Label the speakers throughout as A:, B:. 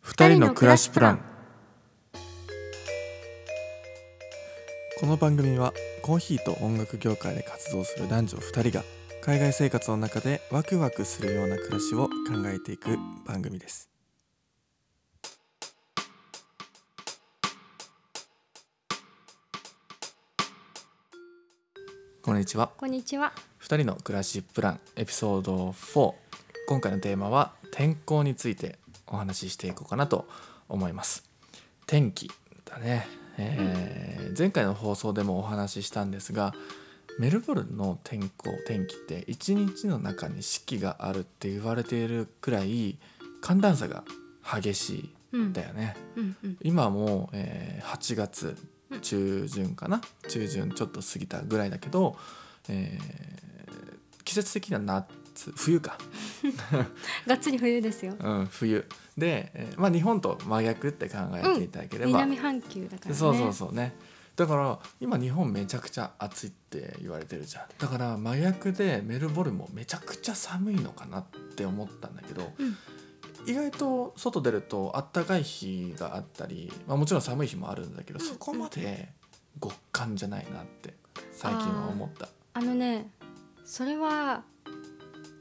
A: 二人の暮らしプラン
B: この番組はコーヒーと音楽業界で活動する男女2人が海外生活の中でワクワクするような暮らしを考えていく番組ですこんにちは
A: こんにちは
B: 2人の暮らしプランエピソード4今回のテーマは天候についてお話ししていこうかなと思います天気だね、えー前回の放送でもお話ししたんですがメルボルンの天候天気って1日の中に四季があるって言われているくらい寒暖差が激し
A: う
B: いん
A: ん
B: だよね、
A: うんうん
B: 今もう、えー8月中旬かな中旬ちょっと過ぎたぐらいだけど、えー季節的には夏冬か、
A: がっつり冬ですよ
B: うん、冬で、えーまあ、日本と真逆って考えていただければ、
A: 南半球だからね
B: そうそうそうねだから今日本めちゃくちゃ暑いって言われてるじゃんだから真逆でメルボルンもめちゃくちゃ寒いのかなって思ったんだけど、
A: うん
B: 意外と外出るとあったかい日があったり、まあ、もちろん寒い日もあるんだけど
A: うんうん
B: そこまで極寒じゃないなって最近は思った。
A: あのねそれは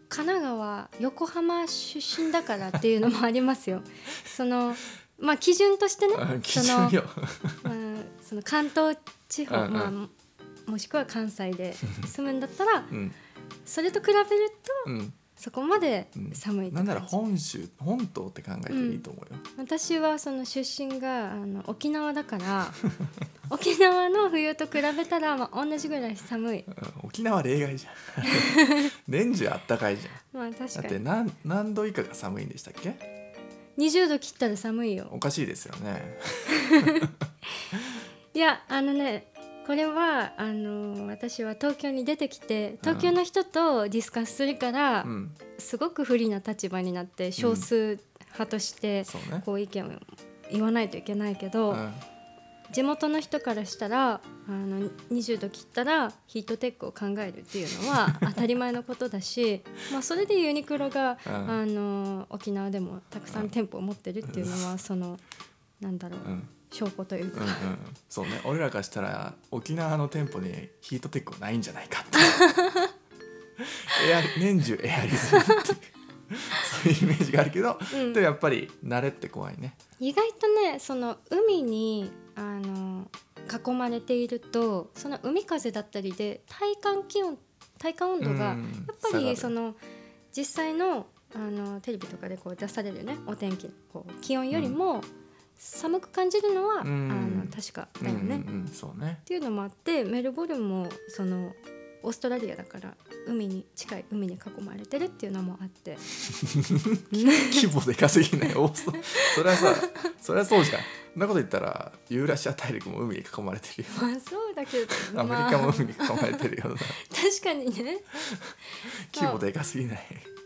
A: 神奈川横浜出身だからっていうのもありますよ そのまあ基準としてね
B: 基
A: そ
B: 準
A: の
B: よ。
A: まあ、その関東地
B: う
A: 方、
B: んうん
A: まあ、もしくは関西で住むんだった
B: う
A: ら
B: ん
A: それと比べると
B: うん、
A: そこまで
B: うん
A: 寒いって
B: なんなら
A: 感じ、
B: 本州本島って考えていいと思うよ。
A: 私はその出身があの沖縄だから 沖縄の冬と比べたら、まあ、同じぐらい寒い
B: うん沖縄例 外じゃん。年中あったかいじゃん。
A: まあ確
B: だっ
A: か
B: て
A: に
B: 何何度以下が寒いんでしたっけ
A: 20度切ったら寒いよ
B: おかしいですよね。
A: いやあのねこれはあの私は東京に出てきて東京の人とディスカスするから、
B: うん、
A: すごく不利な立場になって少数派として
B: そうね。
A: こう意見を言わないといけないけど、
B: うん
A: 地元の人からしたらあの20度切ったらヒートテックを考えるっていう のは当たり前のことだし、まあ、それでユニクロが、
B: うん
A: あの沖縄でもたくさん店舗を持ってるっていうのはそのなんだろう
B: うんうん
A: 証拠という
B: うん
A: か、
B: そうね俺らからしたら沖縄の店舗にヒートテックはないんじゃないか ってエア年中エアリズムっていうそういうイメージがあるけど、
A: うん
B: でもやっぱり慣れって怖いね
A: 意外とねその海にあの囲まれているとその海風だったりで体感気温体感温度がや
B: う
A: っ
B: ん
A: ぱ
B: 下が
A: り
B: る
A: その実際のあのテレビとかでこう出されるねお天気こう気温よりも寒く感じるのは、
B: うん
A: あの確かだよね、
B: うんう
A: っ
B: んうん、そうね
A: ていうのもあってメルボルンもそのオーストラリアだから海に近い海に囲まれてるっていうのも あって
B: 規模で稼ぎない多そうそれはさそれはそうじゃんそんなこと言ったらユーラシア大陸も海に囲まれてるよ
A: まあそうだけど
B: アメリカも海に囲まれてるような
A: 確かにね
B: 規模でかすぎない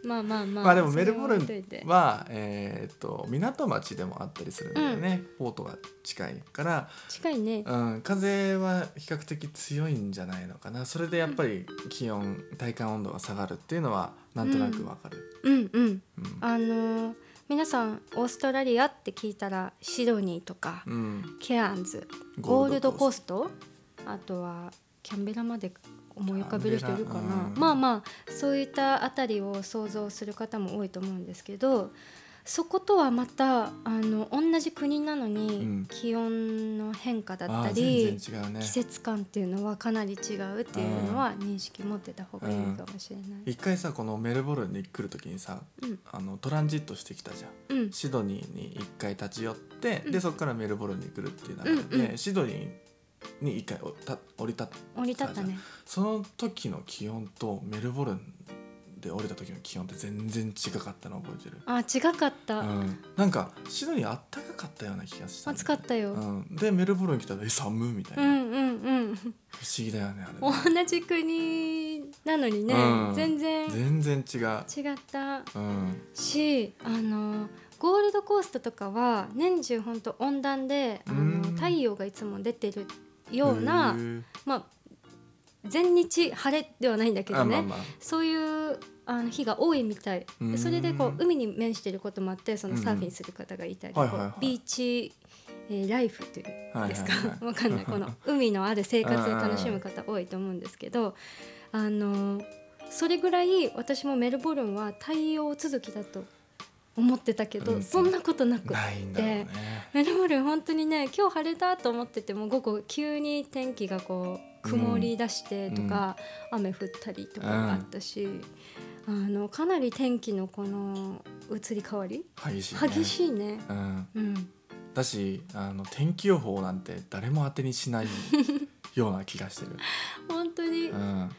A: まあまあまあ
B: まあでも
A: それ
B: メルボル
A: は置いといて
B: ンはえーっと港町でもあったりするんだよね、ポートが近いから、
A: 近いね
B: うん、風は比較的強いんじゃないのかなそれでやっぱり気温、体感温度が下がるっていうのはなんとなくわかる、
A: うんうん
B: うん
A: あのー皆さんオーストラリアって聞いたらシドニーとか
B: うん
A: ケアンズ
B: ゴ
A: ゴ
B: ー
A: ー
B: ル
A: ル
B: ド
A: ド
B: コ
A: コ
B: ー
A: ーストあとはキャンベラまで思い浮かべる人いるかな
B: キャンベラ、うん
A: まあまあそういったあたりを想像する方も多いと思うんですけどそことはまたあの同じ国なのに、
B: うん
A: 気温の変化だっ
B: あ
A: た
B: ー
A: り
B: 全然違うね
A: 季節感っていうのはかなり違うっていうのは認識持ってた方がいいかもしれない。
B: 一回さこのメルボルンに来る時にさ
A: うん
B: あのトランジットしてきたじゃん
A: うん
B: シドニーに一回立ち寄って、
A: うん
B: でそこからメルボルンに来るっていう流れで、
A: うんうん
B: シドニーに一回おた降り立った
A: 降り立ったね。
B: その時の気温とメルボルンで降りた時の気温って全然違かったの覚えてる、
A: あ違かった、
B: うん、なんかシドニーあったかかったような気がしたんだ
A: 暑
B: よ
A: かったよ。
B: うん、でメルボルン来たら「え寒っ」みたいうな、
A: んうん
B: 不思議だよねあれね
A: うん。同じ国なのにね、
B: うん
A: 全然違
B: 全然違う、
A: った
B: うん
A: し、あのゴールドコーストとかは年中本当温暖で、あ
B: うん
A: の太陽がいつも出てるような、
B: へー
A: まあ全日晴れではないんだけ
B: あ
A: どね、
B: まあまあ
A: そういうあの日が多いみたいでそれでこ
B: うーん
A: う海に面していることもあってそのサーフィンする方がいたり、こう
B: はいはいはい
A: ビーチ、えーライフというんですか、
B: はいはいはい
A: わかんないこの海のある生活を楽しむ方多いと思うんですけどあのそれぐらい私もメルボルンは太陽続きだと思ってたけど、
B: うん
A: そんなことな く
B: ないんだろうね
A: メルボルン本当にね今日晴れたと思ってても午後急に天気がこう曇り出してとか、雨降ったりとかがあったし、あのかなり天気のこの移り変わり
B: 激しい、ね、
A: 激しいね。
B: うん、
A: うん、
B: だしあの天気予報なんて誰も当てにしないような気がしてる、
A: 本当に、
B: うん、
A: なん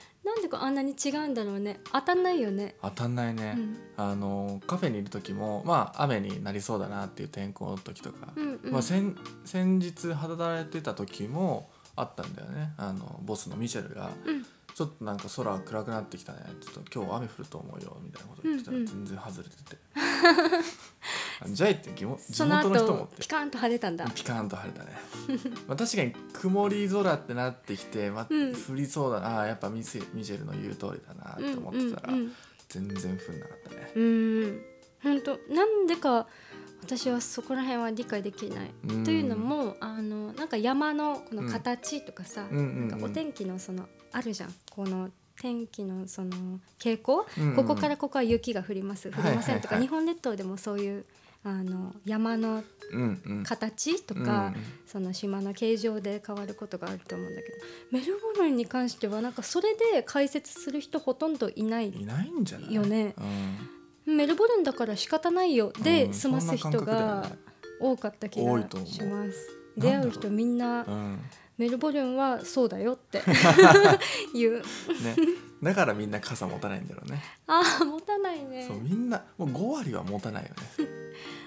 A: でこうあんなに違うんだろうね当たんないよね。
B: 当たんないね、
A: うん
B: あのカフェにいる時もまあ雨になりそうだなっていう天候の時とか、
A: うんうん
B: まあ、先先日働いてた時もあったんだよねあのボスのミシェルが、
A: うん
B: ちょっとなんか空暗くなってきたねちょっと今日雨降ると思うよみたいなこと言ってたら
A: うんうん
B: 全然外れて て、じゃあって地元地
A: その
B: 元の人もっ
A: 後
B: て
A: ピカンと晴れたんだ。
B: ピカーンと晴れたねまあ確かに曇り空ってなってきて、まあ、
A: うん
B: 降りそうだな、あーやっぱミセミシェルの言う通りだなと思ってたら、
A: うんうんうん
B: 全然降んなかったね
A: うん本当なんでか私はそこら辺は理解できない。
B: うん
A: というのもあのなんか山のこの形とかさ、
B: うんうんうん
A: なんかお天気のそのあるじゃんこの天気のその傾向、
B: うんうん
A: ここからここは雪が降ります降りませんとか、
B: はいはいはい
A: 日本列島でもそういうあの山の
B: うんうん
A: 形とか、
B: うんうん
A: その島の形状で変わることがあると思うんだけどメルボルンに関してはなんかそれで解説する人ほとんどいない
B: いないんじゃない
A: よね
B: うん
A: メルボルンだから仕方ないよ
B: う
A: で
B: ん
A: 済ます
B: そんな
A: 人
B: 感覚だよ
A: が
B: ね
A: 多かった気が
B: 多いと思う
A: します。
B: なんだ
A: 出
B: ろう
A: 会う人みんな
B: うんね、
A: メルボルンはそうだよって 言う
B: だからみんな傘持たないんだろうね。
A: ああ持たないね
B: そうみんなもう5割は持たないよね。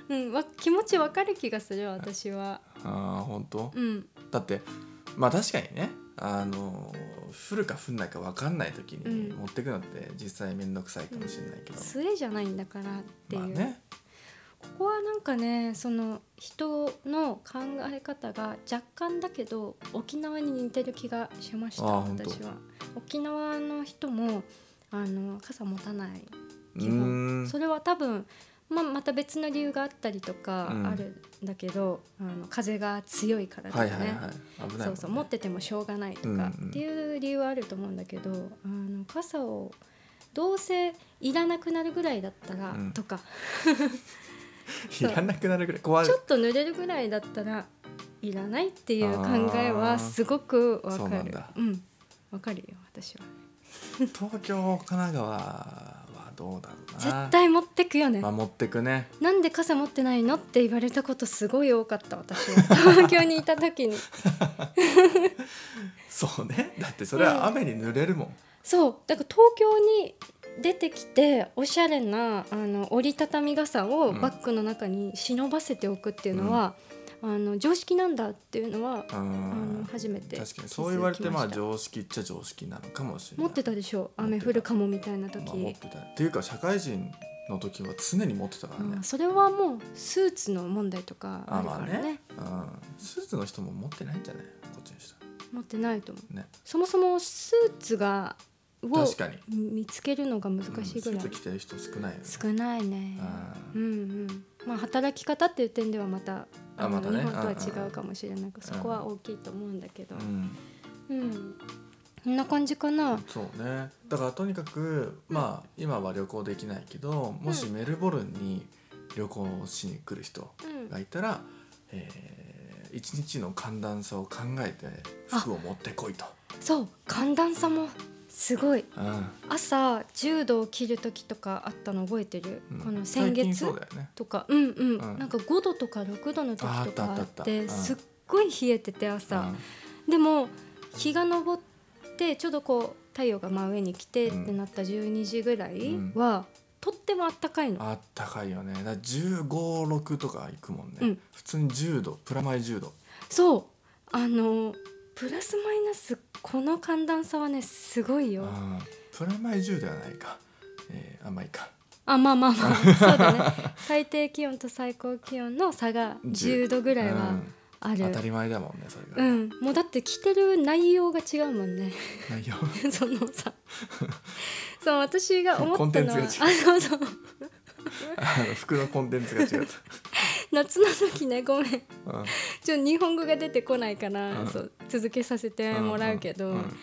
A: うん、わ気持ちわかる気がする私は
B: ああ本当。
A: うん
B: だってまあ確かにねあの降るか降んないか分かんない時に
A: うん
B: 持ってくのって実際面倒くさいかもしれないけど、
A: 杖じゃないんだからっていう、
B: まあね
A: ここはなんかねその人の考え方が若干だけど沖縄に似てる気がしました
B: あーほんと
A: 私は沖縄の人もあの傘持たない基
B: うー
A: 本
B: ん
A: それは多分、まあ、また別の理由があったりとか
B: うん
A: あるんだけど、あの風が強いからとか
B: はい
A: ね、
B: はいはい危ないもんね
A: そうそう持っててもしょうがないと
B: うんうん
A: かっていう理由はあると思うんだけど、あの傘をどうせいらなくなるぐらいだったら、
B: うん
A: とか
B: いらなくなるぐらい怖い
A: ちょっと濡れるぐらいだったらいらないっていう考
B: あ
A: え
B: ー
A: はすごくわ
B: そう
A: か
B: なん
A: る
B: だ
A: うんわかるよ私は
B: 東京神奈川はどうだろうな
A: 絶対持ってくよね、
B: まあ持ってくね
A: なんで傘持ってないのって言われたことすごい多かった私 は東京にいた時に
B: そうね だってそれは雨に濡れるもん、
A: そうだから東京に出てきておしゃれなあの折りたたみ傘を
B: うん
A: バッグの中に忍ばせておくっていうのは、あの常識なんだっていうのは、
B: う
A: あの
B: ん、
A: 初めて
B: 確かにそう言われてまあ
A: 気づきし
B: 常識っちゃ常識なのかもしたれない
A: 持ってたでしょ
B: 持っ
A: 雨
B: てた
A: 降るかもみたいな時、
B: まあ、持ってたっていうか社会人の時は常に持ってたからね
A: うん、それはもうスーツの問題とかあ
B: あ
A: る
B: まあ
A: からね
B: ね、うん、スーツの人も持ってないんじゃないこっちの人
A: 持ってないと思う
B: ね
A: そもそもスーツがを
B: 確かに
A: 見つけるのが難しいぐらい、
B: うんスーツ着てる人少ないよね
A: 少ないね
B: あ
A: う
B: ー
A: んうんまあ働き方っていう点ではまた
B: あ
A: あ
B: ま
A: の
B: たね
A: 日本とは違うかもしれないけどそこは大きいと思うんだけど
B: うん
A: うんこんな感じかな
B: そうねだからとにかく、まあ今は旅行できないけどもし
A: う
B: メルボルンに旅行しに来る人
A: うん
B: がいたら、えー一日の寒暖差を考えて服を持ってこいと、
A: そう寒暖差もすごい
B: うん
A: 朝10度を切る時とかあったの覚えてる
B: うん
A: この先
B: 最近
A: 月
B: そうだよね
A: とかうんうん
B: うん
A: なんか5度とか6度の時
B: ああっ
A: と
B: たあ
A: か
B: ったあ
A: あっ
B: ったうん
A: てすっごい冷えてて朝。
B: うん
A: でも日が昇ってちょうどこう太陽が真上に来てっ
B: うん
A: てなった12時ぐらい
B: うん
A: は、とってもあったかいの
B: あったかいよねだから1 5六6とか行くもんね、
A: うん
B: 普通に10度プラマイ10度
A: そうあのプラスマイナスこの寒暖差はねすごいよ
B: あープラマイ10ではないか、えー、あんまいいか
A: あまあまあ まあそうだね最低気温と最高気温の差が10度ぐらいはあ
B: 当
A: る
B: たり前だもんねそれ
A: う
B: が、
A: んもうだって着てる内容が違うもんね
B: 内容
A: そのさそう私が思
B: コン
A: っ
B: テ
A: た
B: ン
A: の
B: ツ
A: は
B: が違う
A: あそうそう
B: あの服のコンテンツが違った
A: 夏の時ねごめん
B: うん
A: ちょっと日本語が出てこないから、
B: うん
A: そう続けさせてもらうけど、
B: んん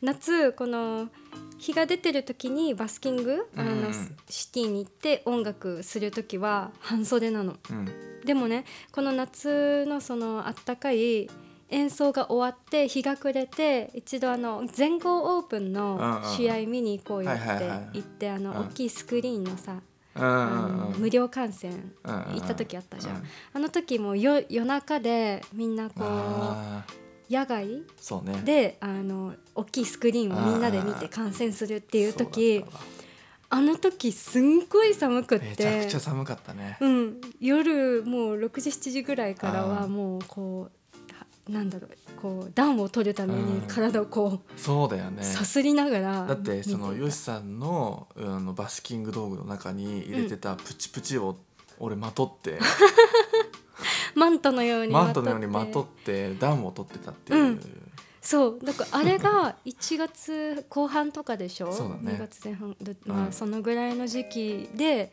A: 夏この日が出てる時にバスキング、あ
B: う
A: の
B: ん
A: シティに行って音楽する時は半袖なの
B: うん
A: でもねこの夏のそのあったかい演奏が終わって日が暮れて一度あの全豪オープンの試合見に行こうよって
B: うんうんはいはいはい
A: 言ってあ
B: う
A: の
B: ん
A: 大きいスクリーンのさ
B: う
A: あ
B: んうん
A: の
B: うん
A: 無料観戦
B: 行
A: 行った時あったじゃ
B: うん
A: んあの時もよ夜中でみんなこう
B: あー
A: 野外
B: そうね
A: であの大きいスクリーンをみんなで見て観戦するっていう時
B: そうだった
A: あの時すんごい寒くっ
B: わ
A: て
B: めちゃくちゃ寒かったね
A: うん、夜もう6時7時ぐらいから
B: あー
A: はもうこうはなんだろうこう暖を取るため
B: うん
A: に体をこ
B: そうだよ
A: う
B: ね
A: さすりながら
B: だってその
A: 見
B: ヨ
A: て
B: シさんのあのバスキング道具の中に入れてたプチプチを俺まと って
A: マントのように
B: マントのようにまと
A: っ
B: ってて暖を取ってたっていう、
A: うんそうだからあれが1月後半とかでしょ
B: そうだね
A: 2月前半だ
B: う
A: ま
B: ん
A: あそのぐらいの時期で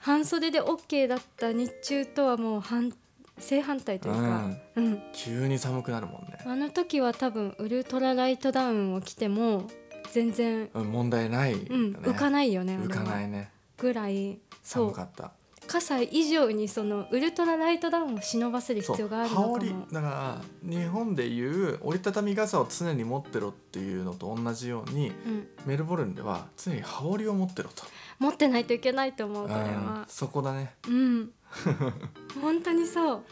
A: 半袖で OK だった日中とはもう反正反対というか、うん、
B: 急に寒くなるもんね、
A: あの時は多分ウルトラライトダウンを着ても全然
B: うん、問題ないよね、
A: うん、浮かないよねあれは
B: 浮かないね
A: ぐらいそ
B: 寒
A: う
B: かった
A: 傘以上にそのウルトラライトダウンを忍ばせる必要があるの
B: 羽
A: か
B: 織
A: も
B: だから日本でいう折りたたみ傘を常に持ってろっていうのと同じように
A: う、ん、
B: メルボルンでは常に羽織を持ってろと
A: 持ってないといけないと思うこれ
B: うん
A: は
B: そこだね
A: うん 本当にそう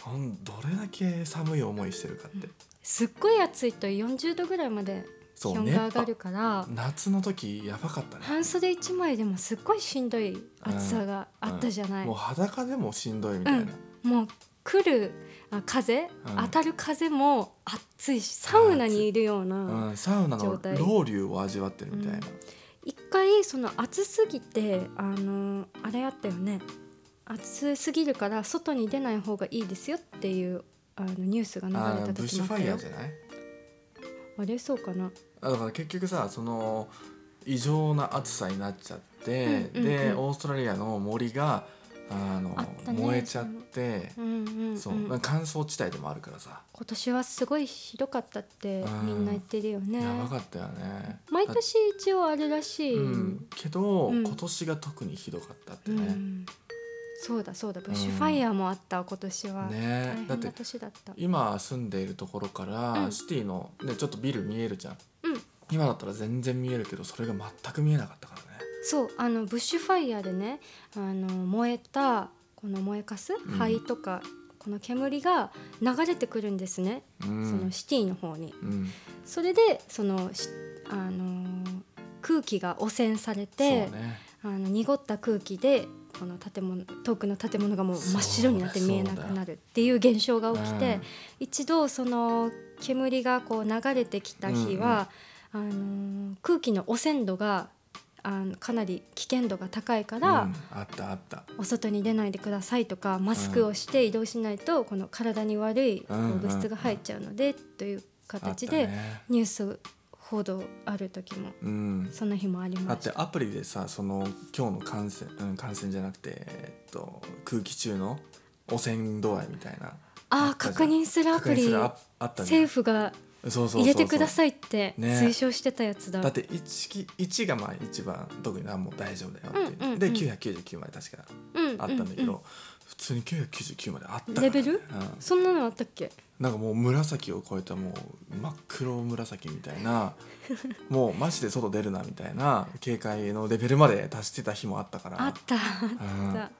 B: ほんどれだけ寒い思いしてるかって、
A: すっごい暑いと40度ぐらいまで気
B: そう
A: 温
B: ね
A: が上がるから、
B: 夏の時やばかったね
A: 半袖1枚でもすっごいしんどい暑さがあったじゃない、
B: もう裸でもしんどいみたいな、
A: もう来るあ風、
B: ん
A: 当たる風も暑いしサウナにいるような、
B: うんサウナの
A: 状態
B: ロウリュを味わってるみたいな、
A: 一回その暑すぎてあのあれあったよね暑すぎるから外に出ない方がいいですよっていうあのニュースが流
B: あ
A: れ
B: ー
A: た
B: ブッ
A: 時
B: シ
A: も
B: ュフ
A: あっ
B: ァ
A: た
B: イヤー
A: よ
B: じゃない
A: あれそうかな
B: あだから結局さその異常な暑さになっちゃって、
A: うんうんうん
B: でオーストラリアの森があの
A: あったね
B: 燃えちゃって
A: う、んうん、うん、
B: そうなんか乾燥地帯でもあるからさ、
A: 今年はすごいひどかったって
B: うん
A: みんな言ってるよね
B: やばかったよね
A: 毎
B: だ
A: 年一応あるらしい、
B: うん、けど、
A: うん
B: 今年が特にひどかったって
A: う
B: ね、
A: んそうだそうだブッシュファイヤーもあった今年は、
B: ね
A: 大
B: だっ
A: 変
B: て
A: な年だった
B: 今住んでいるところから、
A: うん
B: シティの、ね、ちょっとビル見えるじゃん、
A: うん
B: 今だったら全然見えるけどそれが全く見えなかったからね
A: そうあのブッシュファイヤーでねあの燃えたこの燃えかす
B: ん
A: 灰とか、この煙が流れてくるんですね、
B: うん
A: そのシティの方に。
B: うん
A: それでそのしあのー空気が汚染されて、
B: そうね
A: あの濁った空気でこの建物遠くの建物がもう真っ白になって
B: そう
A: 見えなくなるっていう現象が起きて、
B: うん
A: 一度その煙がこう流れてきた日は、あのー空気の汚染度があのかなり危険度が高いか
B: う
A: ら
B: ん、あったあった
A: お外に出ないでくださいとかマスクをして移動しないとこの体に悪いこう
B: うんうんうん
A: 物質が入っちゃうのでという形
B: あっ
A: で
B: たね
A: ニュース報道ある時も
B: うん
A: その日もあり
B: だ
A: ま
B: っ
A: した
B: て。アプリでさその今日の感染、うん、感染じゃなくて、えっと、空気中の汚染度合いみたいな
A: あ
B: あ
A: あ
B: ったじゃん
A: 確認するア
B: 確
A: プ
B: 認す
A: リ
B: るアあったじゃん
A: 政府が
B: そうそうそうそう
A: 入れてくださいって
B: ね
A: 推奨してたやつだ。
B: だって1一がまあ一番特に何もう大丈夫だよっていう、
A: うんうんうん
B: で999まで確か
A: うん
B: あったんだけど、
A: うんうん
B: 普通に999まであったから
A: レベル
B: うん、
A: そんなのあったっけ？
B: なんかもう紫を超えたもう真っ黒紫みたい なもうマジで外出るなみたいな警戒のレベルまで達してた日もあったから
A: あったあ
B: うん
A: った。
B: やば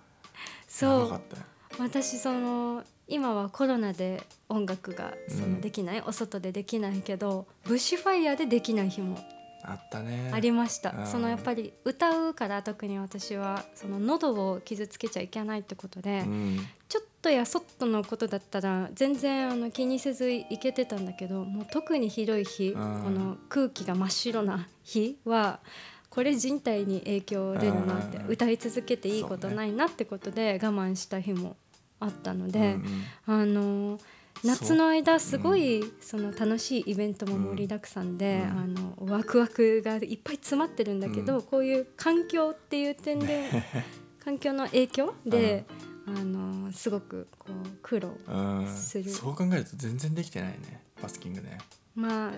A: そう
B: かったよ
A: 私その今はコロナで音楽がそ
B: うん
A: のできない、お外でできないけどブッシュファイヤーでできない日も
B: あったね
A: ありまし
B: あ
A: た
B: ー
A: そのやっぱり歌うから特に私はその喉を傷つけちゃいけないってことで、
B: うん
A: ちょっとやそっとのことだったら全然あの気にせずいけてたんだけどもう特にひどい日、
B: ん
A: この空気が真っ白な日はこれ人体に影響出るなって、
B: うん
A: 歌い続けていいことないなってことで我慢した日もあったので、
B: うんうん
A: あの夏の間すごいその楽しいイベントも盛りだくさんで、
B: う
A: あのワクワクがいっぱい詰まってるんだけど、
B: う
A: こういう環境っていう点で 環境の影響で、あのすごくこう苦労
B: うん
A: する
B: そう考えると全然できてないねバスキングね
A: まあ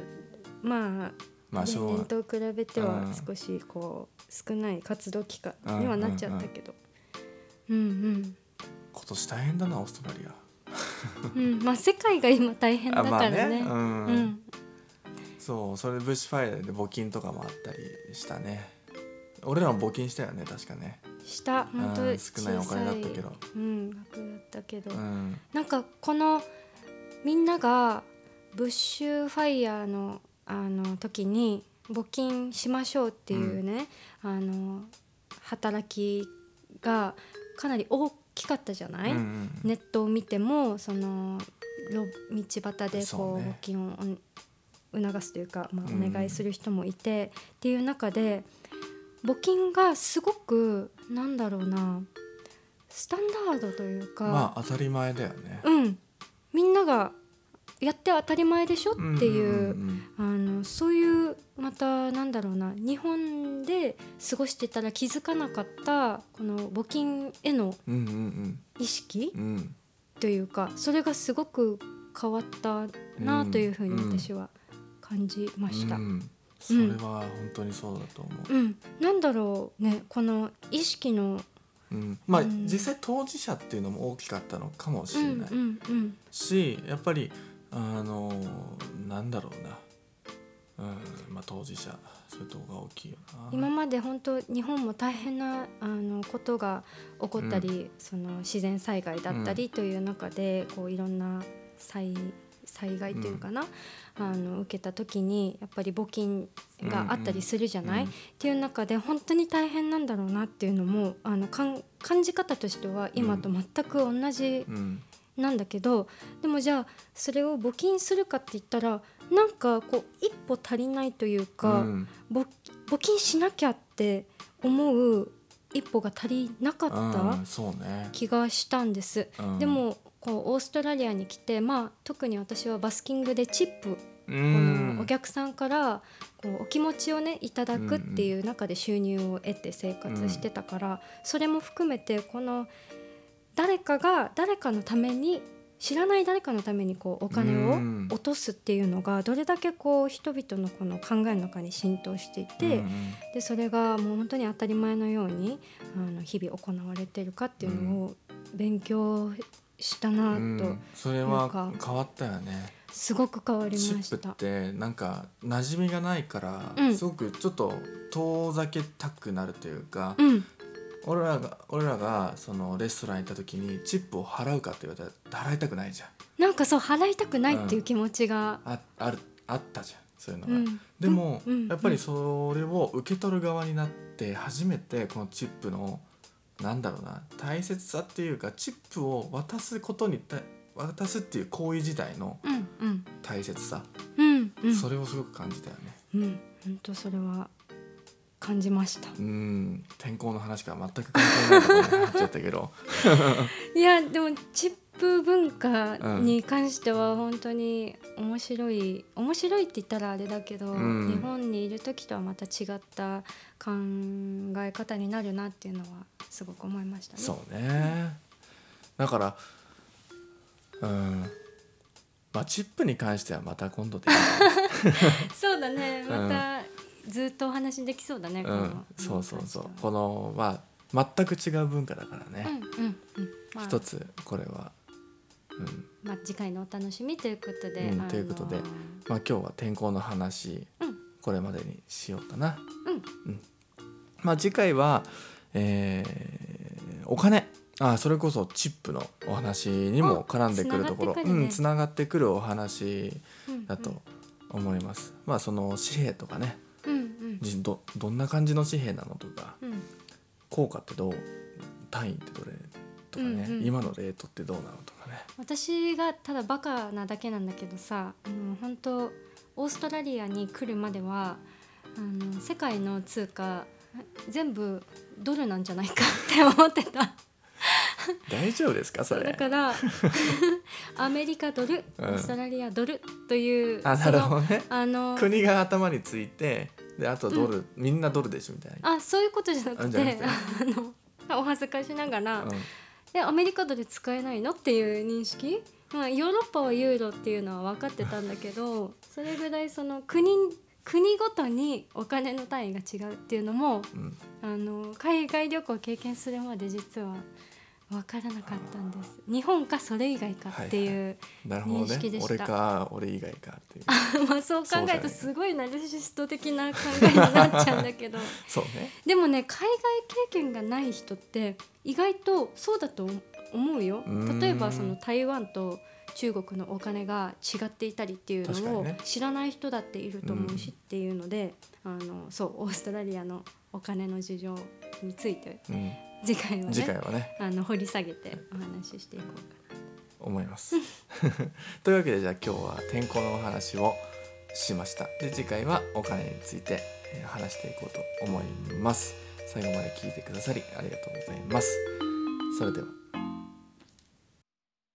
A: まあ
B: まあし
A: 例
B: ょう
A: 年
B: が
A: と比べては
B: うん
A: 少しこう少ない活動期間にはなっちゃったけど、うんうん
B: 今年大変だなオーストラリ
A: うんまあ、世界が今大変
B: ア
A: だからね。
B: あまあ
A: う
B: ねうん
A: ん
B: そうそれでブッシュファイアで募金とかもあったりしたね俺らも募金したよね確かね
A: した本当
B: うん少ないお金だったけど
A: 小さいうん額だったけど、
B: うん
A: なんかこのみんながブッシュファイヤーのあの時に募金しましょうっていうね、あの働きがかなり大きかったじゃない、
B: うんうん
A: ネットを見てもその路道端で
B: そ
A: こ
B: う
A: う
B: ね
A: 募金をお促すというか、まあ、
B: うん
A: お願いする人もいて、っていう中で募金がすごくなんだろうなスタンダードというか、
B: まあ当たり前だよね
A: うん、みんながやって当たり前でしょ
B: うん
A: っていう。
B: んん
A: あのそういうまたなんだろうな日本で過ごしてたら気づかなかったこの募金への
B: うんうんうん
A: 意識
B: うんうん
A: というかそれがすごく変わったなというふうに私は感じました。
B: う
A: うん
B: んそれは本当にそうだと思う
A: なんだろうねこの意識の、
B: うんまあ
A: うん
B: 実際当事者っていうのも大きかったのかもし
A: う
B: れ
A: ん
B: ない
A: うんうん、
B: しやっぱりあのなんだろうな、うんまあ、当事者そういうとこが大きいよな
A: 今まで本当日本も大変なあのことが起こったり、その自然災害だったりという中で、こういろんな災災害というかな、あの受けた時にやっぱり募金があったりするじゃない、
B: うん
A: っていう中で本当に大変なんだろうなっていうのもあのかん感じ方としては今と全く同じ
B: うん
A: なんだけど、でもじゃあそれを募金するかって言ったらなんかこう一歩足りないという
B: う
A: か、
B: ん
A: 募募金しなきゃって思う一歩が足りなか
B: う
A: っ
B: ん、そうね
A: た、気がしたんです。
B: うん
A: でもこうオーストラリアに来て、まあ、特に私はバスキングでチップ
B: う
A: こ
B: ん
A: のお客さんからこうお気持ちをねいただくっていう中で収入を得て生活してたから、それも含めてこの誰かが誰かのために知らない誰かのためにこうお金
B: う
A: を
B: ん
A: 落とすっていうのがどれだけこう人々のこの考えの中に浸透していて、
B: うん
A: でそれがもう本当に当たり前のようにあの日々行われてるかっていうのを勉強したな
B: うん
A: と、
B: それ
A: な
B: は
A: ん
B: 変わったよね
A: すごく変わり
B: チ
A: まし
B: ップ
A: た
B: っ。てなんか馴染みがないから、
A: うん
B: すごくちょっと遠ざけたくなるというか、
A: うん
B: 俺らが俺らがそのレストラン行った時にチップを払うかって言われたら払いたくないじゃん
A: なんかそう払いたくないっていう気持ちが、
B: ああるあったじゃんそういうの
A: う
B: が、
A: ん、
B: でも、
A: うんうん
B: やっぱりそれを受け取る側になって初めてこのチップのなんだろうな大切さっていうかチップを渡すことにた渡すっていう行為自体の
A: うんうん
B: 大切さ、
A: うんうん
B: それをすごく感じたよね
A: うん本当それは感じました
B: うん天候の話から全く関係ないところになっちゃったけ ど
A: いやでもチップ文化に関しては本当に面白い、面白いって言ったらあれだけど、
B: うん
A: 日本にいる時とはまた違った考え方になるなっていうのはすごく思いましたね。
B: そうねだからうんまあチップに関してはまた今度でいいか な
A: そうだね
B: うん
A: またずっとお話できそうだね、こ
B: う
A: の
B: ん、そうそうそう
A: こ
B: このまあ全く違う文化だから
A: の
B: ね、
A: うんうんうんまあ
B: 一つこれは、うん
A: まあ、次回のお楽しみということで、
B: うん
A: あの
B: ということでまあ、今日は天候の話、
A: うん
B: これまでにしようかな、
A: うん
B: まあ、次回は、えーお金あそれこそチップのお話にも絡んでくるところ
A: おつながってくるね
B: うん、つながってくるお話
A: うんうん
B: だと思います、まあその紙幣とかね
A: うんうん
B: じどどんな感じの紙幣なのとか
A: うん
B: 効果ってどう単位ってどれとかね、
A: うんうん
B: 今のレートってどうなのとかね
A: 私がただバカなだけなんだけどさあの本当オーストラリアに来るまではあの世界 の通貨全部ドルなんじゃないかって思ってた
B: 大丈夫ですかそ
A: だ
B: れ
A: から アメリカドル、
B: うん
A: オーストラリアドルという
B: あな
A: そ
B: るほど
A: の
B: ね
A: あの
B: 国が頭についてであとドル、みんなドルでしょみたいな
A: あそういうことじゃな
B: あ
A: く
B: じゃな
A: て
B: くて
A: あのお恥ずかしながら、
B: うん
A: えアメリカドル使えないのっていう認識、まあ、ヨーロッパはユーロっていうのは分かってたんだけどそれぐらいその国国ごとにお金の単位が違うっていうのも
B: うん
A: あの海外旅行を経験するまで実は分からなかったんです日本かそれ以外かっていう、
B: なるほど
A: 認識
B: ね
A: でした
B: 俺か俺以外かっていう
A: まあそう考
B: そうだ
A: え
B: よ
A: る
B: ね
A: とすごいナルシスト的な考えになっちゃうんだけど
B: そうね
A: でもね海外経験がない人って意外とそうだと思うよ
B: うーん
A: 例えばその台湾と中国のお金が違っていたりっていう
B: 確か
A: の
B: に
A: を
B: ね
A: 知らない人だっていると思うし
B: う
A: っ
B: ん
A: ていうので、あのそうオーストラリアのお金の事情について
B: うん
A: 次回はね
B: 次回はね
A: あの掘り下げてお話ししていこうかな。
B: 思います というわけでじゃあ今日は天候のお話をしましたで次回はお金についてえー話していこうと思います最後まで聞いてくださりありがとうございますそれでは